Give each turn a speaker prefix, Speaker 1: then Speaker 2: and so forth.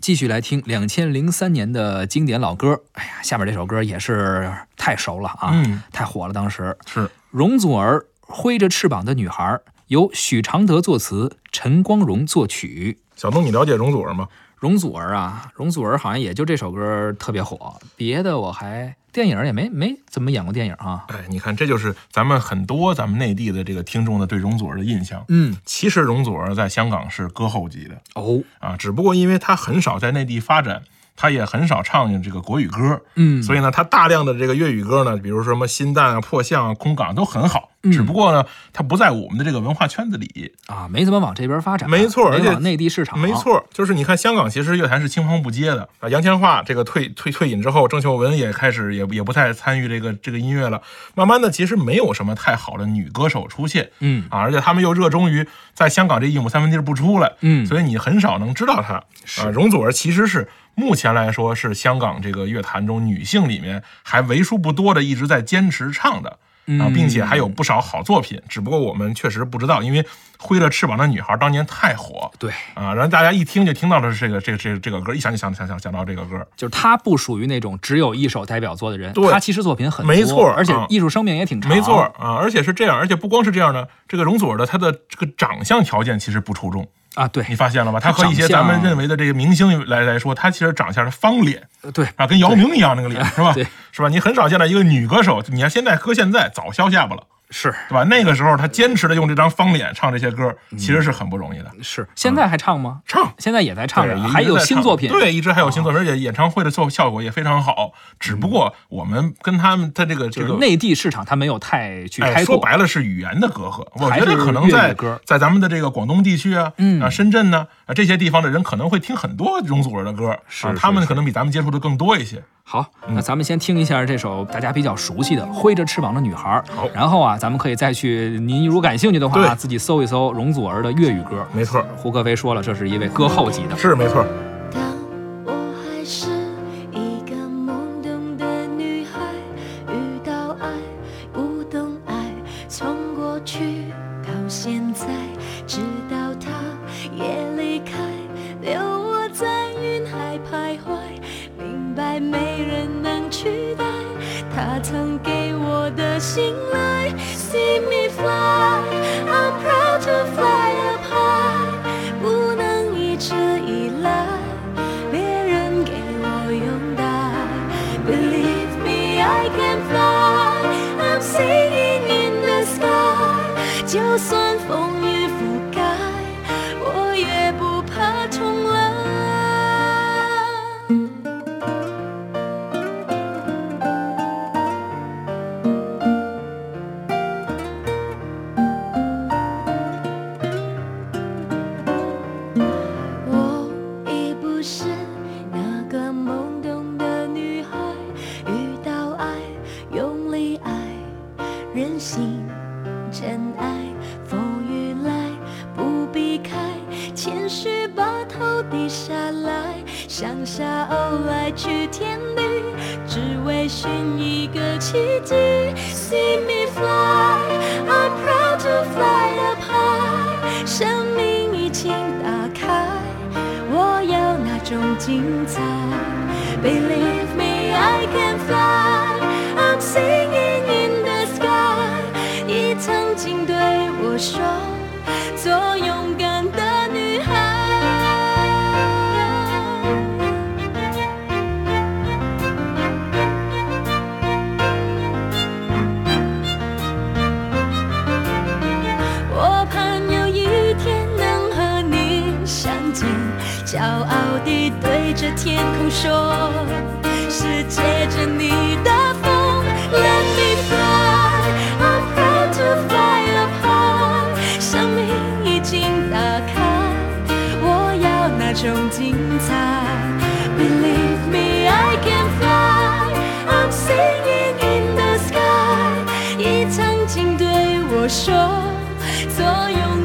Speaker 1: 继续来听两千零三年的经典老歌。哎呀，下面这首歌也是太熟了啊，
Speaker 2: 嗯
Speaker 1: 太火了。当时
Speaker 2: 是
Speaker 1: 容祖儿《挥着翅膀的女孩》由许常德作词，陈光荣作曲。
Speaker 2: 小东，你了解容祖儿吗？
Speaker 1: 容祖儿啊，容祖儿好像也就这首歌特别火，别的我还电影也没没怎么演过电影啊。
Speaker 2: 哎，你看，这就是咱们很多咱们内地的这个听众的对容祖儿的印象。
Speaker 1: 嗯，
Speaker 2: 其实容祖儿在香港是歌后级的
Speaker 1: 哦，
Speaker 2: 啊，只不过因为她很少在内地发展，她也很少唱这个国语歌，
Speaker 1: 嗯，
Speaker 2: 所以呢，她大量的这个粤语歌呢，比如说什么《新蛋》啊、《破相》啊、《空港》都很好，
Speaker 1: 嗯
Speaker 2: 只不过呢，她不在我们的这个文化圈子里。
Speaker 1: 啊，没怎么往这边发展，
Speaker 2: 没错
Speaker 1: 没
Speaker 2: 而且
Speaker 1: 往内地市场，
Speaker 2: 没，错，就是你看香港，其实乐坛是青黄不接的啊。杨千嬅这个退退退隐之后，郑秀文也开始也也不太参与这个这个音乐了。慢慢的，其实没有什么太好的女歌手出现，
Speaker 1: 嗯
Speaker 2: 啊，而且他们又热衷于在香港这一亩三分地儿不出来，
Speaker 1: 嗯
Speaker 2: 所以你很少能知道她。啊，容祖儿其实是目前来说是香港这个乐坛中女性里面还为数不多的一直在坚持唱的。
Speaker 1: 嗯
Speaker 2: 啊，并且还有不少好作品，只不过我们确实不知道，因为《挥着翅膀的女孩》当年太火，
Speaker 1: 对，
Speaker 2: 啊，然后大家一听就听到的是这个这个这个这个歌，一想就想想想想到这个歌，
Speaker 1: 就是他不属于那种只有一首代表作的人，
Speaker 2: 对
Speaker 1: 他其实作品很多，
Speaker 2: 没错
Speaker 1: 而且
Speaker 2: 啊
Speaker 1: 艺术生命也挺长，
Speaker 2: 没错，啊，而且是这样，而且不光是这样呢，这个容祖儿的她的这个长相条件其实不出众，
Speaker 1: 啊，对
Speaker 2: 你发现了吧？她和
Speaker 1: 长
Speaker 2: 一些咱们
Speaker 1: 相
Speaker 2: 认为的这个明星来来说，她其实长相是方脸
Speaker 1: 呃对，
Speaker 2: 啊，跟姚明一样那个脸是吧
Speaker 1: 对？
Speaker 2: 是吧？你很少见到一个女歌手，你看现在搁现在早削下巴了，
Speaker 1: 是
Speaker 2: 对吧？那个时候她坚持的用这张方脸唱这些歌，其实是很不容易的。
Speaker 1: 是，现在还唱吗？
Speaker 2: 唱
Speaker 1: 现在也在唱
Speaker 2: 对
Speaker 1: 着，
Speaker 2: 一直
Speaker 1: 还有
Speaker 2: 在
Speaker 1: 新
Speaker 2: 唱
Speaker 1: 作品，哦
Speaker 2: 对，一直还有新作品，而且演唱会的效效果也非常好。只不过我们跟他们他这个这
Speaker 1: 就是
Speaker 2: 个。
Speaker 1: 内地市场他没有太去
Speaker 2: 哎，
Speaker 1: 开
Speaker 2: 说
Speaker 1: 拓，
Speaker 2: 白了是语言的隔阂，我
Speaker 1: 还
Speaker 2: 觉得
Speaker 1: 是
Speaker 2: 可能
Speaker 1: 粤语
Speaker 2: 在
Speaker 1: 歌
Speaker 2: 在咱们的这个广东地区啊，
Speaker 1: 嗯
Speaker 2: 啊深圳呢啊这些地方的人可能会听很多容祖儿的歌，
Speaker 1: 是
Speaker 2: 啊
Speaker 1: 是
Speaker 2: 他们
Speaker 1: 是
Speaker 2: 可能比咱们接触的更多一些。
Speaker 1: 好，
Speaker 2: 嗯
Speaker 1: 那咱们先听一下这首大家比较熟悉的《挥着翅膀的女孩》，
Speaker 2: 好
Speaker 1: 然后啊，咱们可以再去，您如果感兴趣的话啊，
Speaker 2: 对
Speaker 1: 自己搜一搜容祖儿的粤语歌。
Speaker 2: 没错，
Speaker 1: 胡歌飞说了，这是一位歌后级的。
Speaker 2: 是没错，
Speaker 3: 当我还是一个懵懂的女孩，遇到爱，不懂爱，从过去到现在，直到他也离开，留我在云海徘徊，明白没人能取代他曾给我的信赖。See me fly, I'm proud to fly up high，不能一直依赖。别人给我拥戴。Believe me, I can fly. I'm singing in the sky. 就算风雨覆盖，我也不怕重来。我已不是那个懵懂的女孩，遇到爱，用力爱，任性真爱，风雨来不避开，谦虚把头低下来，向下偶来去天地，只为寻一个奇迹。See me fly, I'm proud to fly up high，生命已经打开，我要那种精彩。Believe me, I can fly, I'm singing in the sky。你曾经对我说，做勇敢的女孩。我盼有一天能和你相见，骄傲地对着天空说，是借着你的风，Let me fly，I'm proud to fly up high，生命已经打开，我要那种精彩。Believe me, I can fly. I'm singing in the sky. 你曾经对我说，所有